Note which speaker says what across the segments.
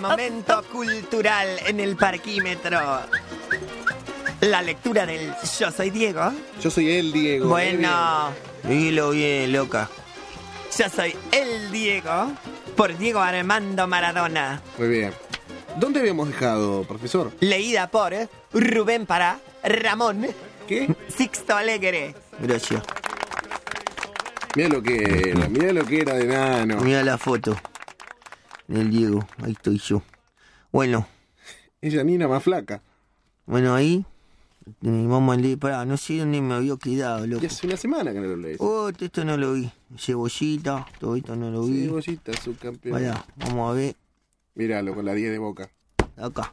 Speaker 1: momento cultural en el parquímetro. La lectura del Yo soy Diego.
Speaker 2: Yo soy el Diego. ¿eh?
Speaker 1: Bueno, dilo bien, loca. Yo soy el Diego por Diego Armando Maradona.
Speaker 2: Muy bien. ¿Dónde habíamos dejado, profesor?
Speaker 1: Leída por Rubén Pará, Ramón
Speaker 2: ¿Qué?
Speaker 1: Sixto Alegre. Gracias.
Speaker 2: Mira lo que era, mira lo que era de nano.
Speaker 1: Mira la foto del Diego. Ahí estoy yo. Bueno,
Speaker 2: Ella Nina más flaca.
Speaker 1: bueno, ahí. eh, Vamos a leer. Pará, no sé dónde me había quedado,
Speaker 2: Y
Speaker 1: loco.
Speaker 2: hace una semana que no lo lees.
Speaker 1: Oh, esto no lo vi. Cebollita, todo esto no lo vi.
Speaker 2: Cebollita, subcampeón.
Speaker 1: Pará, vamos a ver.
Speaker 2: Míralo con la 10 de boca.
Speaker 1: Acá.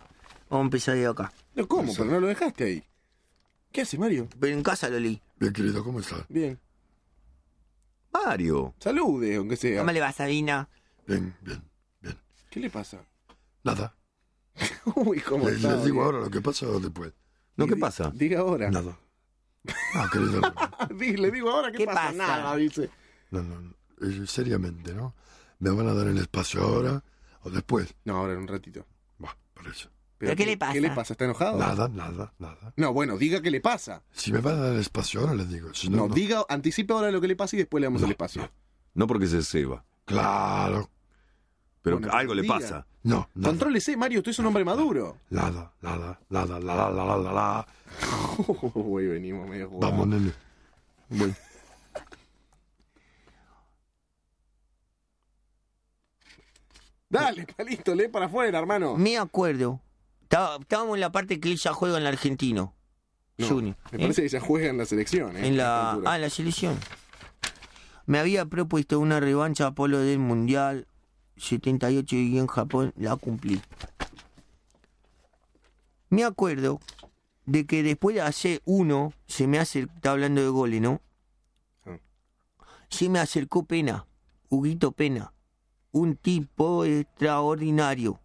Speaker 1: Vamos a empezar de acá.
Speaker 2: No, ¿cómo? Pero no lo dejaste ahí. ¿Qué hace, Mario?
Speaker 1: Pero en casa lo leí.
Speaker 3: Bien, querido, ¿cómo estás?
Speaker 2: Bien.
Speaker 3: Mario.
Speaker 2: Salude, aunque sea.
Speaker 1: ¿Cómo le va, Sabina?
Speaker 3: Bien, bien, bien.
Speaker 2: ¿Qué le pasa?
Speaker 3: Nada.
Speaker 2: Uy, ¿cómo
Speaker 3: Les,
Speaker 2: está?
Speaker 3: les digo
Speaker 2: Diego?
Speaker 3: ahora lo que pasa o después.
Speaker 4: No, ¿qué
Speaker 2: Di-
Speaker 4: pasa?
Speaker 2: Diga ahora.
Speaker 3: Nada. Ah, querido.
Speaker 2: Di- Le digo ahora qué,
Speaker 1: ¿Qué
Speaker 2: pasa.
Speaker 1: pasa?
Speaker 2: Nada, dice.
Speaker 3: No, no, no. Eh, Seriamente, ¿no? ¿Me van a dar el espacio ahora o después?
Speaker 2: No, ahora en un ratito.
Speaker 3: Va, por eso.
Speaker 1: ¿Pero qué le pasa?
Speaker 2: ¿Qué le pasa? ¿Está enojado?
Speaker 3: Nada, nada, nada.
Speaker 2: No, bueno, diga qué le pasa.
Speaker 3: Si me van a dar el espacio ahora, les digo. Si no,
Speaker 2: No,
Speaker 3: no.
Speaker 2: diga, anticipe ahora lo que le pasa y después le damos
Speaker 3: No,
Speaker 2: el espacio.
Speaker 4: No porque se ceba,
Speaker 3: Claro.
Speaker 4: pero
Speaker 2: Bueno,
Speaker 4: algo le
Speaker 2: diga.
Speaker 4: pasa.
Speaker 3: No, nada.
Speaker 2: Contrólese, Mario, usted es un hombre maduro.
Speaker 3: Nada, nada, nada, la, la, la, la, la, la.
Speaker 2: Uy, venimos medio jugados.
Speaker 3: Vamos, nene.
Speaker 4: Bueno,
Speaker 2: Dale, palito, lee para afuera, hermano.
Speaker 1: Me acuerdo. Estaba- Estábamos en la parte que ella juega en el argentino.
Speaker 2: No,
Speaker 1: Junior.
Speaker 2: Me
Speaker 1: ¿eh?
Speaker 2: parece que ya juega en la selección, ¿eh?
Speaker 1: En la,
Speaker 2: Cultura.
Speaker 1: ah, en la selección. Me había propuesto una revancha a Polo del Mundial 78 y en Japón la cumplí. Me acuerdo de que después de hacer uno, se me hace, está hablando de goles, ¿no?
Speaker 2: Ah.
Speaker 1: Se me acercó Pena, Huguito Pena, un tipo extraordinario.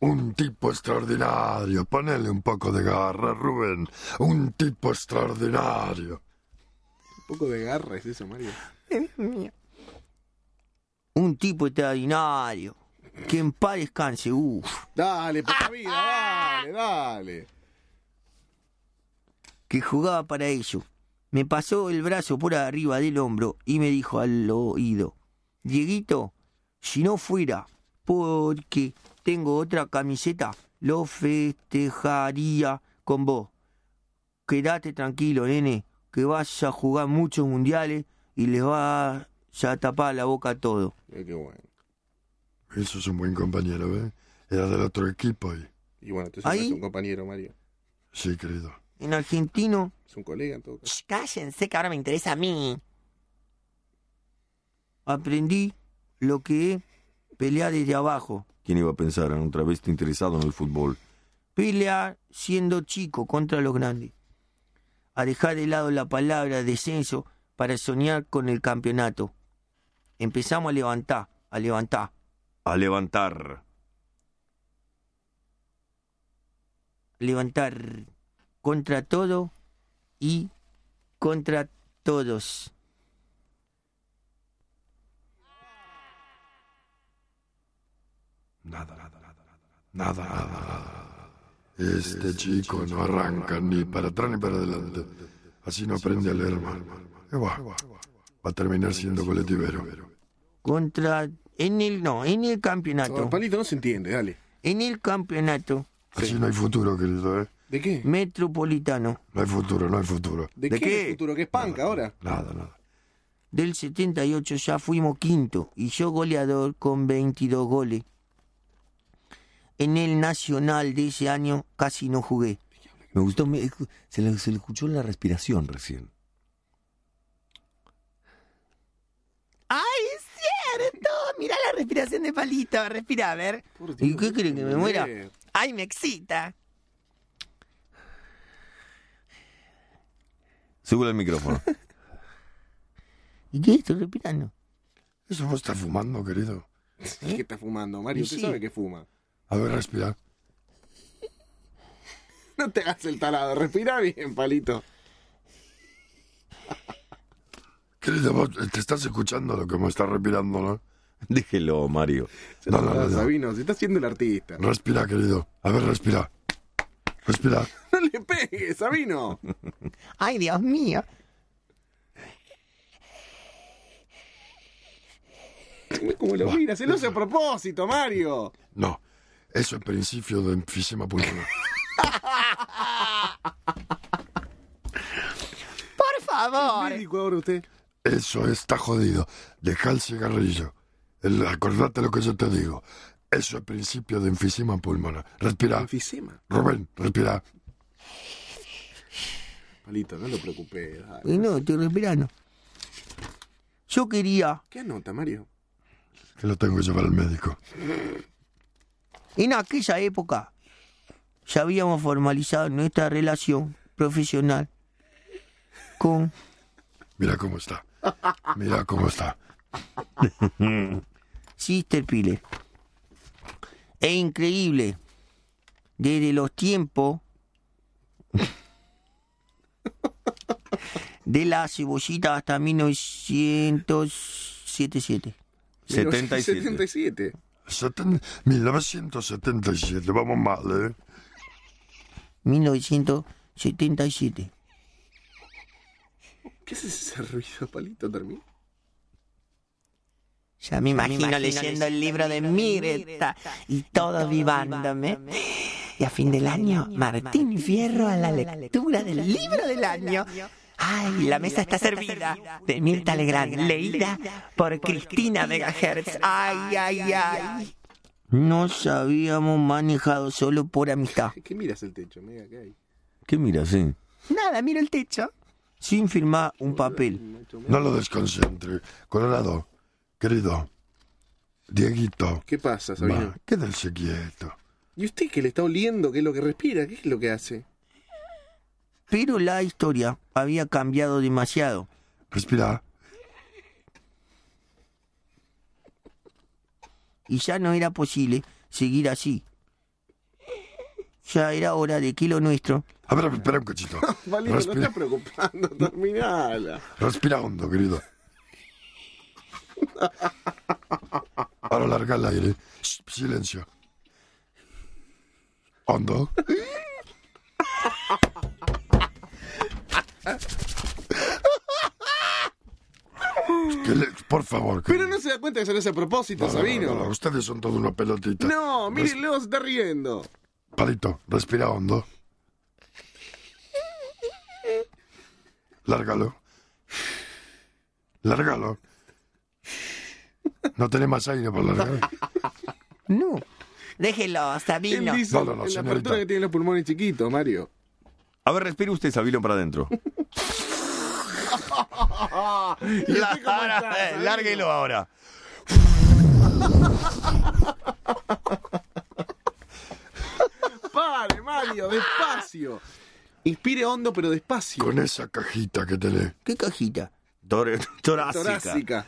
Speaker 3: Un tipo extraordinario. Ponele un poco de garra, Rubén. Un tipo extraordinario.
Speaker 2: Un poco de garra es eso, Mario.
Speaker 1: Un tipo extraordinario. Que en paz descanse, uff.
Speaker 2: Dale, poca vida, dale, dale.
Speaker 1: que jugaba para ello. Me pasó el brazo por arriba del hombro y me dijo al oído, Dieguito, si no fuera porque tengo otra camiseta, lo festejaría con vos. Quédate tranquilo, nene, que vas a jugar muchos mundiales y les vas a tapar la boca a todo.
Speaker 2: Eh, qué bueno.
Speaker 3: Eso es un buen compañero, ¿eh? Era del otro equipo y...
Speaker 2: Y bueno, entonces
Speaker 1: Ahí-
Speaker 2: es un compañero, Mario.
Speaker 3: Sí, querido.
Speaker 1: En argentino
Speaker 2: Es un colega en todo caso.
Speaker 1: Sh, Cállense que ahora me interesa a mí. Aprendí lo que es pelear desde abajo.
Speaker 4: ¿quién iba a pensar en un travesti
Speaker 5: este
Speaker 4: interesado en el fútbol?
Speaker 1: Pelear siendo chico contra los grandes. A dejar de lado la palabra descenso para soñar con el campeonato. Empezamos a levantar, a levantar.
Speaker 4: A levantar.
Speaker 1: levantar contra todo y contra todos.
Speaker 3: Este chico no arranca ni para atrás ni para adelante. Así no aprende a leer mal. Y va, va a terminar siendo coletivero.
Speaker 1: Contra en el no, en el
Speaker 2: No,
Speaker 1: campeonato.
Speaker 2: palito no se entiende, dale.
Speaker 1: En el campeonato
Speaker 3: Así no hay futuro, querido, ¿eh?
Speaker 2: ¿De qué?
Speaker 1: metropolitano
Speaker 3: No hay futuro, no hay futuro.
Speaker 2: ¿De,
Speaker 4: ¿De
Speaker 2: qué?
Speaker 4: qué?
Speaker 2: futuro? ¿Qué es panca ahora?
Speaker 3: Nada, nada.
Speaker 1: del 78 ya fuimos quinto y yo goleador con 22 goles. En el nacional de ese año casi no jugué.
Speaker 4: Me gustó, me- se, le, se le escuchó la respiración recién.
Speaker 1: ¡Ay, es cierto! Mirá la respiración de palito, respira, a ver.
Speaker 2: Por
Speaker 1: ¿Y
Speaker 2: Dios,
Speaker 1: qué creen que me
Speaker 2: Mario.
Speaker 1: muera? ¡Ay, me excita!
Speaker 4: Sube el micrófono.
Speaker 1: ¿Y qué estoy respirando?
Speaker 3: Eso vos estás fumando, querido.
Speaker 2: ¿Qué está fumando, Mario?
Speaker 1: Y
Speaker 2: Usted
Speaker 1: sí.
Speaker 2: sabe que fuma.
Speaker 3: A ver, respira.
Speaker 2: No te hagas el talado, respira bien, palito.
Speaker 3: eh, Querido, vos te estás escuchando lo que me está respirando, ¿no?
Speaker 5: Déjelo, Mario.
Speaker 2: Ya
Speaker 3: No,
Speaker 2: está,
Speaker 3: no, no, no.
Speaker 2: Sabino, se está haciendo el artista.
Speaker 3: Respira, querido. A ver, respira. Respira.
Speaker 2: No le pegues, Sabino.
Speaker 1: Ay, Dios mío.
Speaker 2: Como lo mira, se lo hace a propósito, Mario.
Speaker 3: No. Eso es principio de enfisema pulmonar.
Speaker 1: Por favor.
Speaker 2: Médico ahora usted.
Speaker 3: Eso está jodido. Deja el cigarrillo. El- acordate lo que yo te digo. Eso es principio de enfisema pulmonar. Respira.
Speaker 2: Enfisema.
Speaker 3: Rubén, respira.
Speaker 2: Palito, no lo preocupes. dale.
Speaker 1: Y no, estoy respirando. Yo quería.
Speaker 2: ¿Qué anota, Mario?
Speaker 3: Que lo tengo que llevar al médico.
Speaker 1: En aquella época ya habíamos formalizado nuestra relación profesional con
Speaker 3: Mira cómo está. Mira cómo está.
Speaker 1: Sister Piller. Es increíble. Desde los tiempos de la cebollita hasta 1977.
Speaker 5: 77.
Speaker 2: 77.
Speaker 3: Seten- 1977. Vamos mal, ¿eh?
Speaker 1: 1977.
Speaker 2: ¿Qué es ese ruido, Palito? ¿Termina?
Speaker 1: Ya me imagino, leyendo el libro de Mirta y todos vivándome. Y a fin del año, Martín Fierro a la lectura del libro del año. Ay, la mesa está servida de Mirta Legrand, leída por Cristina Megahertz. Ay, ay, ay. Nos habíamos manejado solo por amistad.
Speaker 2: ¿Qué miras el techo, mega? ¿Qué hay?
Speaker 5: ¿Qué mira, sí?
Speaker 1: Nada, miro el techo. Sin firmar un papel.
Speaker 3: No lo desconcentre. Colorado, querido. Dieguito.
Speaker 2: ¿Qué pasa, Sabino?
Speaker 3: Va, quédense quieto.
Speaker 2: ¿Y usted qué le está oliendo? ¿Qué es lo que respira? ¿Qué es lo que hace?
Speaker 1: Pero la historia había cambiado demasiado.
Speaker 3: Respira.
Speaker 1: y ya no era posible seguir así. Ya era hora de que lo nuestro,
Speaker 3: A ver, espera un cachito.
Speaker 2: Palito, no
Speaker 3: Respira.
Speaker 2: está preocupando, terminala.
Speaker 3: Respira hondo, querido. Ahora larga el aire. Shh, silencio. Hondo. Que le- por favor.
Speaker 2: Pero
Speaker 3: querido.
Speaker 2: no se da cuenta que se lo hace a propósito,
Speaker 3: No, no, no,
Speaker 2: Sabino.
Speaker 3: ustedes son todos una pelotita.
Speaker 2: No, mírenlo, se está riendo.
Speaker 3: Palito, respira hondo. Lárgalo. Lárgalo. No tenés más aire para largar.
Speaker 1: no. Déjelo,
Speaker 2: Él
Speaker 1: Sabino.
Speaker 2: dice
Speaker 3: No, no, no,
Speaker 2: en la
Speaker 3: señorita.
Speaker 2: apertura que tiene los pulmones chiquitos, Mario.
Speaker 5: A ver, respire usted, Sabino, para adentro.
Speaker 2: ¿Y usted cómo está,
Speaker 5: Eh,
Speaker 2: Sabino?
Speaker 5: Lárguelo ahora.
Speaker 2: Pare, Mario, despacio. Inspire hondo, pero despacio.
Speaker 3: Con esa cajita que tenés.
Speaker 1: ¿Qué cajita?
Speaker 5: Tor- torácica.
Speaker 2: Torácica,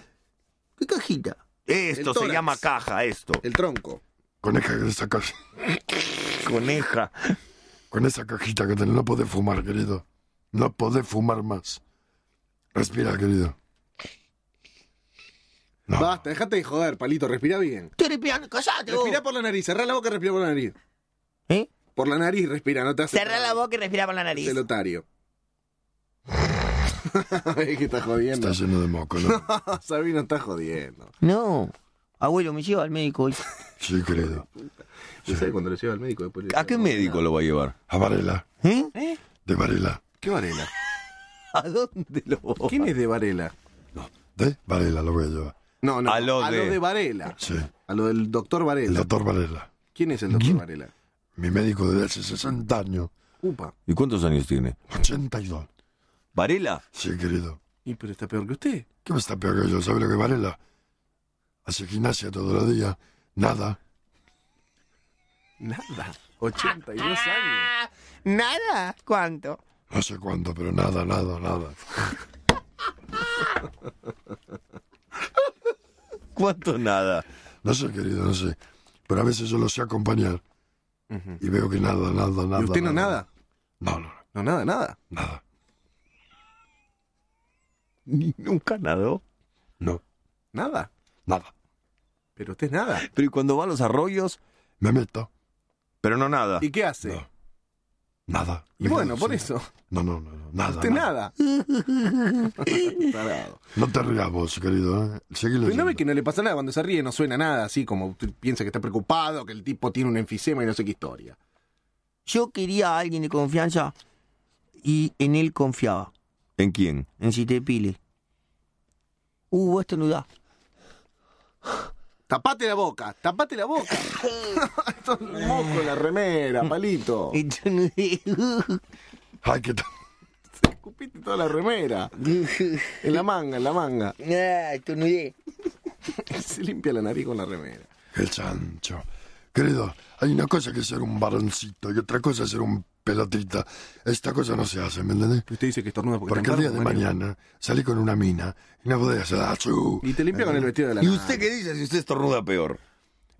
Speaker 1: ¿Qué cajita?
Speaker 5: Esto
Speaker 2: El
Speaker 5: se
Speaker 2: tórax.
Speaker 5: llama caja, esto.
Speaker 2: el tronco.
Speaker 3: Con esa, esa ca-
Speaker 5: Coneja.
Speaker 3: con esa cajita que tenés. No podés fumar, querido. No podés fumar más. Respira, querido. No.
Speaker 2: Basta, déjate de joder, palito, respira bien.
Speaker 1: Estoy respirando, callate vos.
Speaker 2: Respira por la nariz, cerrá la boca y respira por la nariz.
Speaker 1: ¿Eh?
Speaker 2: Por la nariz respira, no te haces.
Speaker 1: Cerrá la boca y respira por la nariz.
Speaker 2: Celotario. Ay, que está jodiendo.
Speaker 3: Está lleno de moco, ¿no?
Speaker 2: Sabino está jodiendo.
Speaker 1: No. Abuelo, me lleva al médico hoy.
Speaker 3: Sí, querido.
Speaker 2: ¿Sabes cuando lo lleva al médico? Después le-
Speaker 5: ¿A qué médico lo va a llevar?
Speaker 3: A Varela.
Speaker 1: ¿Eh?
Speaker 3: De Varela.
Speaker 2: ¿Qué Varela?
Speaker 5: ¿A dónde lo va?
Speaker 2: ¿Quién es de Varela?
Speaker 3: De Varela lo voy a llevar.
Speaker 2: No, no.
Speaker 5: A lo de-
Speaker 2: Varela.
Speaker 3: Sí.
Speaker 2: A lo del doctor
Speaker 3: El
Speaker 2: Varela.
Speaker 3: doctor Varela.
Speaker 2: ¿Quién es el doctor Varela?
Speaker 3: Mi médico desde hace 60 años.
Speaker 2: Upa.
Speaker 5: ¿Y cuántos años tiene?
Speaker 3: 82.
Speaker 5: ¿Varela?
Speaker 3: Sí, querido.
Speaker 2: Y pero está peor que usted.
Speaker 3: ¿Qué me está peor que yo? ¿Sabe lo que Varela? Hace gimnasia todos los días. Nada.
Speaker 2: Nada. 82 años.
Speaker 1: Nada. ¿Cuánto?
Speaker 3: No sé cuánto, pero nada, nada, nada.
Speaker 5: ¿Cuánto nada?
Speaker 3: No sé, querido, no sé. Pero a veces yo lo sé acompañar. Y veo que nada, nada, nada.
Speaker 2: ¿Y usted no nada?
Speaker 3: No, no, no,
Speaker 2: No, nada, nada.
Speaker 3: nada.
Speaker 5: Nunca nadó.
Speaker 3: No,
Speaker 2: Nada.
Speaker 3: nada.
Speaker 2: Pero usted es nada.
Speaker 5: Pero ¿y cuando va a los arroyos?
Speaker 3: Me meto.
Speaker 5: Pero Ah, no nada.
Speaker 2: ¿Y qué hace?
Speaker 3: No. Nada.
Speaker 2: Y
Speaker 3: Me
Speaker 2: bueno,
Speaker 3: quedo
Speaker 2: por
Speaker 3: sin-
Speaker 2: eso.
Speaker 3: No, no, no, no, Nada.
Speaker 2: Usted
Speaker 3: nada.
Speaker 2: nada. Tarado.
Speaker 3: No te rías vos, querido. ¿eh? Seguí
Speaker 2: Pero no
Speaker 3: leyendo.
Speaker 2: ve que no le pasa nada. Cuando se ríe no suena nada, así como usted piensa que está preocupado, que el tipo tiene un enfisema y no sé qué historia.
Speaker 1: Yo quería a alguien de confianza y en él confiaba,
Speaker 5: ¿En quién?
Speaker 1: en Citepile. Uh, vos esto no da.
Speaker 2: Tapate la boca, tapate la boca. Esto es un moco en la remera, palito.
Speaker 1: Esto no da.
Speaker 3: Ay, qué tal.
Speaker 2: Escupiste toda la remera. En la manga, en la manga.
Speaker 1: Ah, esto no da.
Speaker 2: Se limpia la nariz con la remera.
Speaker 3: El chancho. Querido, hay una cosa que es ser un varoncito y otra cosa es ser un pelotita. Esta cosa no se hace, ¿me entendés?
Speaker 2: Usted dice que estornuda porque,
Speaker 3: Porque
Speaker 2: está
Speaker 3: el día de
Speaker 2: enfermo, Mario.
Speaker 3: mañana salí con una mina y una bodega se da chu.
Speaker 2: Y te
Speaker 1: Eh,
Speaker 2: limpia con el vestido de la
Speaker 5: ¿Y
Speaker 2: nana.
Speaker 5: usted qué dice si usted estornuda peor?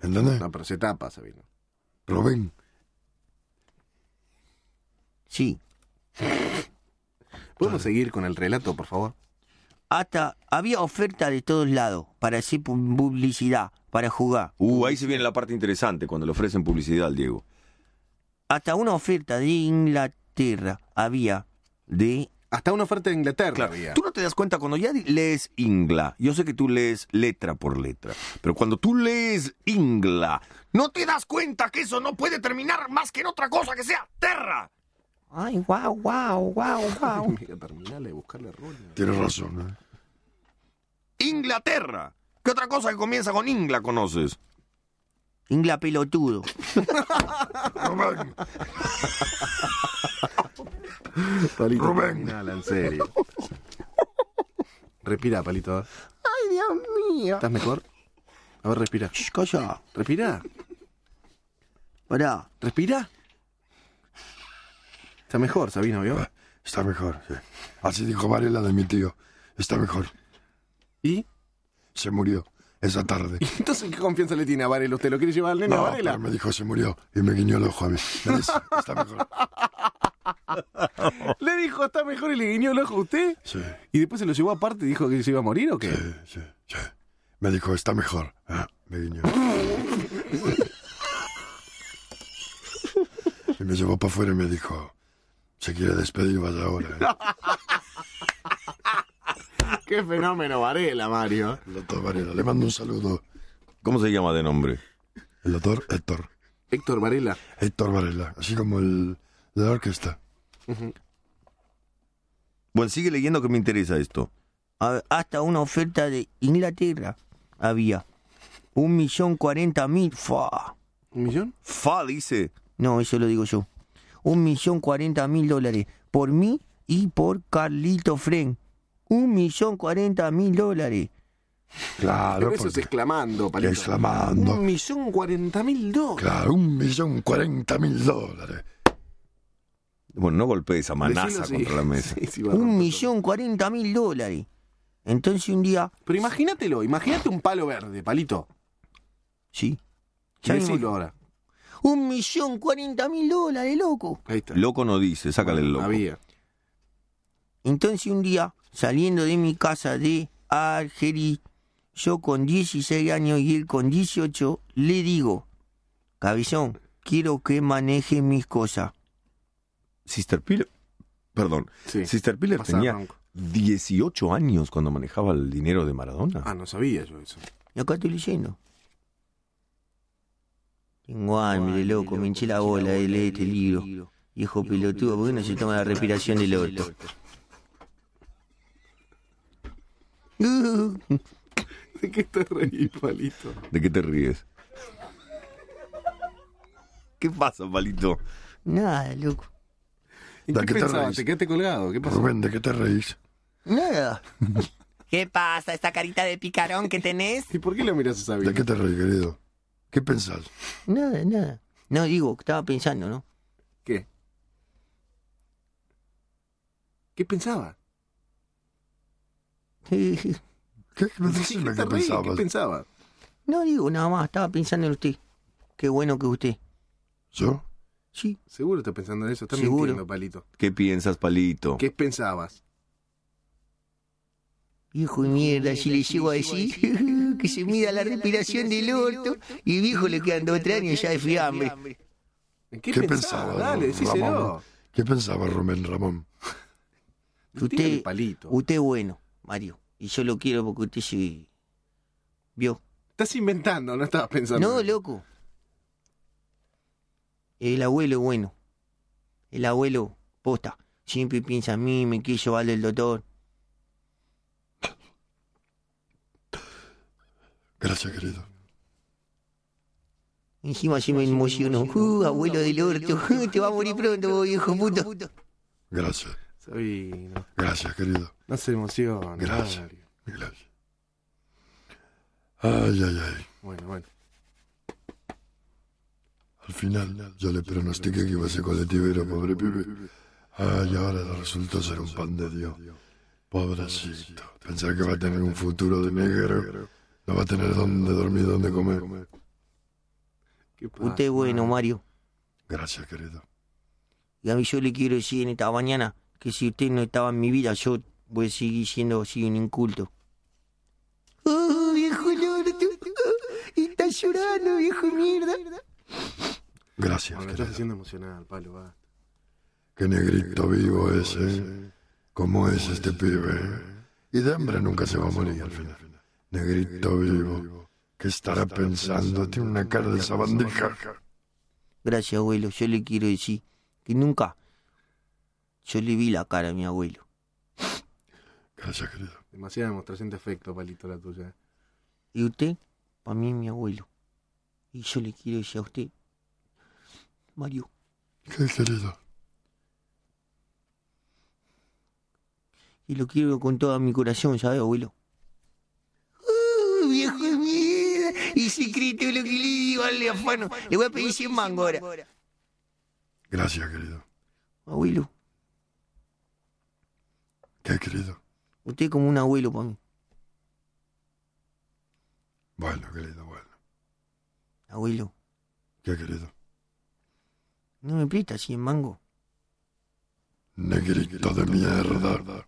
Speaker 3: ¿Entendés?
Speaker 2: No, pero se tapa, Sabino.
Speaker 3: Rubén,
Speaker 1: Sí.
Speaker 2: ¿Podemos seguir con el relato, por favor?
Speaker 1: Hasta había oferta de todos lados para hacer pu- publicidad, para jugar.
Speaker 5: Uh, ahí se viene la parte interesante cuando le ofrecen publicidad al Diego.
Speaker 1: Hasta una oferta de Inglaterra había de...
Speaker 2: Hasta una oferta de Inglaterra
Speaker 5: Claro.
Speaker 2: había.
Speaker 5: Tú no te das cuenta cuando ya di- lees Ingla. Yo sé que tú lees letra por letra. Pero cuando tú lees Ingla, no te das cuenta que eso no puede terminar más que en otra cosa que sea terra.
Speaker 1: Ay, wow, wow, wow, wow.
Speaker 2: Mira, terminale de buscarle error.
Speaker 3: tienes razón. ¿eh?
Speaker 5: Inglaterra. ¿Qué otra cosa que comienza con Ingla conoces?
Speaker 1: Ingla pelotudo.
Speaker 3: Rubén,
Speaker 2: Palito,
Speaker 3: Rubén.
Speaker 2: terminala, en serio. Respira, Palito. ¿eh?
Speaker 1: Ay, Dios mío.
Speaker 2: ¿Estás mejor? A ver, respira.
Speaker 1: Shh, calla.
Speaker 2: Respira,
Speaker 1: Pará.
Speaker 2: respira. Está mejor, Sabino, ¿vio?
Speaker 1: Ah.
Speaker 3: está mejor. sí. Así dijo Varela de mi tío. Está mejor.
Speaker 2: ¿Y?
Speaker 3: Se murió esa tarde.
Speaker 2: Entonces, ¿qué confianza le tiene a Varela? ¿Usted lo quiere llevar al nene a
Speaker 3: No,
Speaker 2: Varela?
Speaker 3: pero me dijo se murió y me guiñó el ojo a mí. Me dice, está mejor.
Speaker 2: Le dijo, está mejor y le guiñó el ojo a usted.
Speaker 3: Sí,
Speaker 2: Y después se lo llevó aparte y dijo que se iba a morir o qué?
Speaker 3: sí, sí, sí. Me dijo, está mejor. Ah, me guiñó. Y me llevó para afuera y me dijo, se quiere despedir, vaya ahora. ¿eh?
Speaker 2: Qué fenómeno, Varela, Mario.
Speaker 3: El doctor Varela, le mando un saludo.
Speaker 5: ¿Cómo se llama de nombre?
Speaker 3: El doctor Héctor.
Speaker 2: Héctor Varela.
Speaker 3: Héctor Varela, así como el de la orquesta.
Speaker 5: Bueno, sigue leyendo que me interesa esto.
Speaker 1: A- Hasta una oferta de Inglaterra había. Un millón cuarenta mil. fa.
Speaker 2: ¿Un millón?
Speaker 5: Fa dice.
Speaker 1: No, eso lo digo yo. Un millón cuarenta mil dólares por mí y por Carlito Fren. Un millón cuarenta mil dólares.
Speaker 3: Claro,
Speaker 2: Pero eso es
Speaker 3: porque-
Speaker 2: exclamando, Palito.
Speaker 3: exclamando.
Speaker 2: Un millón cuarenta mil dólares.
Speaker 3: Claro, un millón cuarenta mil dólares.
Speaker 5: Bueno, no golpees a manaza
Speaker 2: Decilo, sí.
Speaker 5: contra la mesa.
Speaker 2: Sí, sí, va a romper
Speaker 1: Un
Speaker 2: todo.
Speaker 1: millón cuarenta mil dólares. Entonces un día,
Speaker 2: Pero imagínatelo, imagínate un palo verde, Palito.
Speaker 1: sí. Ya mismo-
Speaker 2: Decilo ahora.
Speaker 1: Un millón cuarenta mil dólares, loco.
Speaker 2: Ahí está.
Speaker 5: Loco no dice, sácale el loco.
Speaker 2: Había.
Speaker 1: Entonces un día, saliendo de mi casa de Argerí, yo con 16 años y él con 18, le digo, Cabezón, quiero que maneje mis cosas.
Speaker 5: Sister Piller. Perdón.
Speaker 2: Sí.
Speaker 5: Sister Piller
Speaker 2: Pasaba
Speaker 5: tenía
Speaker 2: ronco.
Speaker 5: 18 años cuando manejaba el dinero de Maradona.
Speaker 2: Ah, no sabía yo eso.
Speaker 1: Y acá estoy leyendo. Tengo hambre,
Speaker 6: Hambre,
Speaker 1: loco, me hinché la bola de leer este libro. Viejo pelotudo, ¿por qué no se toma la respiración del orto?
Speaker 2: ¿De qué te reí, Palito?
Speaker 5: ¿De qué te ríes? ¿Qué pasa, palito?
Speaker 1: Uh, Nada, loco.
Speaker 2: ¿En
Speaker 3: ¿De
Speaker 2: qué
Speaker 3: qué te
Speaker 2: pensabas?
Speaker 3: reís?
Speaker 2: Te quedaste colgado. ¿Qué pasó?
Speaker 3: Rubén, ¿de qué te reís?
Speaker 1: Nada.
Speaker 6: ¿Qué pasa? ¿Esta carita de picarón que tenés?
Speaker 2: ¿Y por qué lo miras a Sabino?
Speaker 3: ¿De qué te reís, querido? ¿Qué pensás?
Speaker 1: Nada, nada. No, digo, estaba pensando, ¿no?
Speaker 2: ¿Qué? ¿Qué pensaba?
Speaker 3: ¿Qué, qué,
Speaker 2: ¿De qué
Speaker 3: decime
Speaker 2: te reí?
Speaker 3: qué
Speaker 2: ¿Qué
Speaker 3: pensabas?
Speaker 2: pensaba?
Speaker 1: No digo nada más, estaba pensando en usted. Qué bueno que usted.
Speaker 3: ¿Yo?
Speaker 1: Sí,
Speaker 2: Seguro estás pensando en eso. Estás
Speaker 1: Seguro.
Speaker 2: mintiendo, Palito.
Speaker 5: ¿Qué piensas, palito?
Speaker 2: ¿Qué pensabas?
Speaker 1: hijo de mierda, si le llego a decir, que se mida la respiración del orto y viejo le quedan dos o tres años ya de fiambre.
Speaker 2: ¿En
Speaker 3: ¿Qué, pensaba?
Speaker 2: Dale,
Speaker 3: Ramón?
Speaker 2: decíselo.
Speaker 3: ¿Qué pensaba Romén Ramón?
Speaker 2: Tira el
Speaker 1: Usted,
Speaker 2: palito.
Speaker 1: usted es bueno, Mario. Y yo lo quiero porque usted se vio.
Speaker 2: Estás inventando, no estabas pensando.
Speaker 1: No, loco. El abuelo es bueno. El abuelo, posta. Siempre piensa en mí, me quiso llevar el doctor.
Speaker 3: Gracias, querido.
Speaker 1: Encima sí me emocionó. Uh, abuelo del orto. Te va a morir pronto, vos, viejo puto.
Speaker 3: Gracias.
Speaker 2: Sabino,
Speaker 3: Gracias, querido.
Speaker 2: no se emociona.
Speaker 3: Gracias.
Speaker 2: Mario.
Speaker 3: Gracias. Ay, ay, ay.
Speaker 2: Bueno, bueno.
Speaker 3: Al final yo le pronostiqué que iba a ser colectivero, pobre pibe. Ay, ahora resultó ser un pan de Dios. Pobrecito. Pensar que va a tener un futuro de negro. No va a tener dónde dormir, dónde comer.
Speaker 2: ¿Qué pasa?
Speaker 1: Usted es bueno, Mario.
Speaker 3: Gracias, querido.
Speaker 1: Y a mí yo le quiero decir en esta mañana que si usted no estaba en mi vida, yo voy a seguir siendo así un inculto. ¡Oh, viejo Lorto! Está llorando, viejo mierda.
Speaker 3: Gracias,
Speaker 2: Bueno, estás
Speaker 3: querido.
Speaker 2: haciendo emocional, Pablo. va.
Speaker 3: Qué negrito vivo es, ¿eh? ¿Cómo es este pibe? eh? Y de hambre nunca se va a morir al final. Negrito vivo. ¿Qué estará pensando? Tiene una cara de sabandija.
Speaker 1: Gracias, abuelo. Yo le quiero decir que nunca yo le vi la cara a mi abuelo.
Speaker 3: Gracias, querido.
Speaker 2: Demasiada demostración de afecto, Palito, la tuya. eh.
Speaker 1: Y usted, para mí es mi abuelo. Y yo le quiero decir a usted, Mario,
Speaker 3: Qué querido.
Speaker 1: y lo quiero con todo mi corazón, ¿sabe, abuelo? ¡Uh, viejo de mierda! Y si cree todo lo que le digo al afano, le voy a pedir 100 mango ahora.
Speaker 3: Gracias, querido.
Speaker 1: Abuelo,
Speaker 3: Qué querido.
Speaker 1: usted es como un abuelo para mí.
Speaker 3: Bueno, querido, bueno.
Speaker 1: Abuelo,
Speaker 3: Qué querido.
Speaker 1: ¿no me presta 100 mango?
Speaker 3: Negrito de mierda.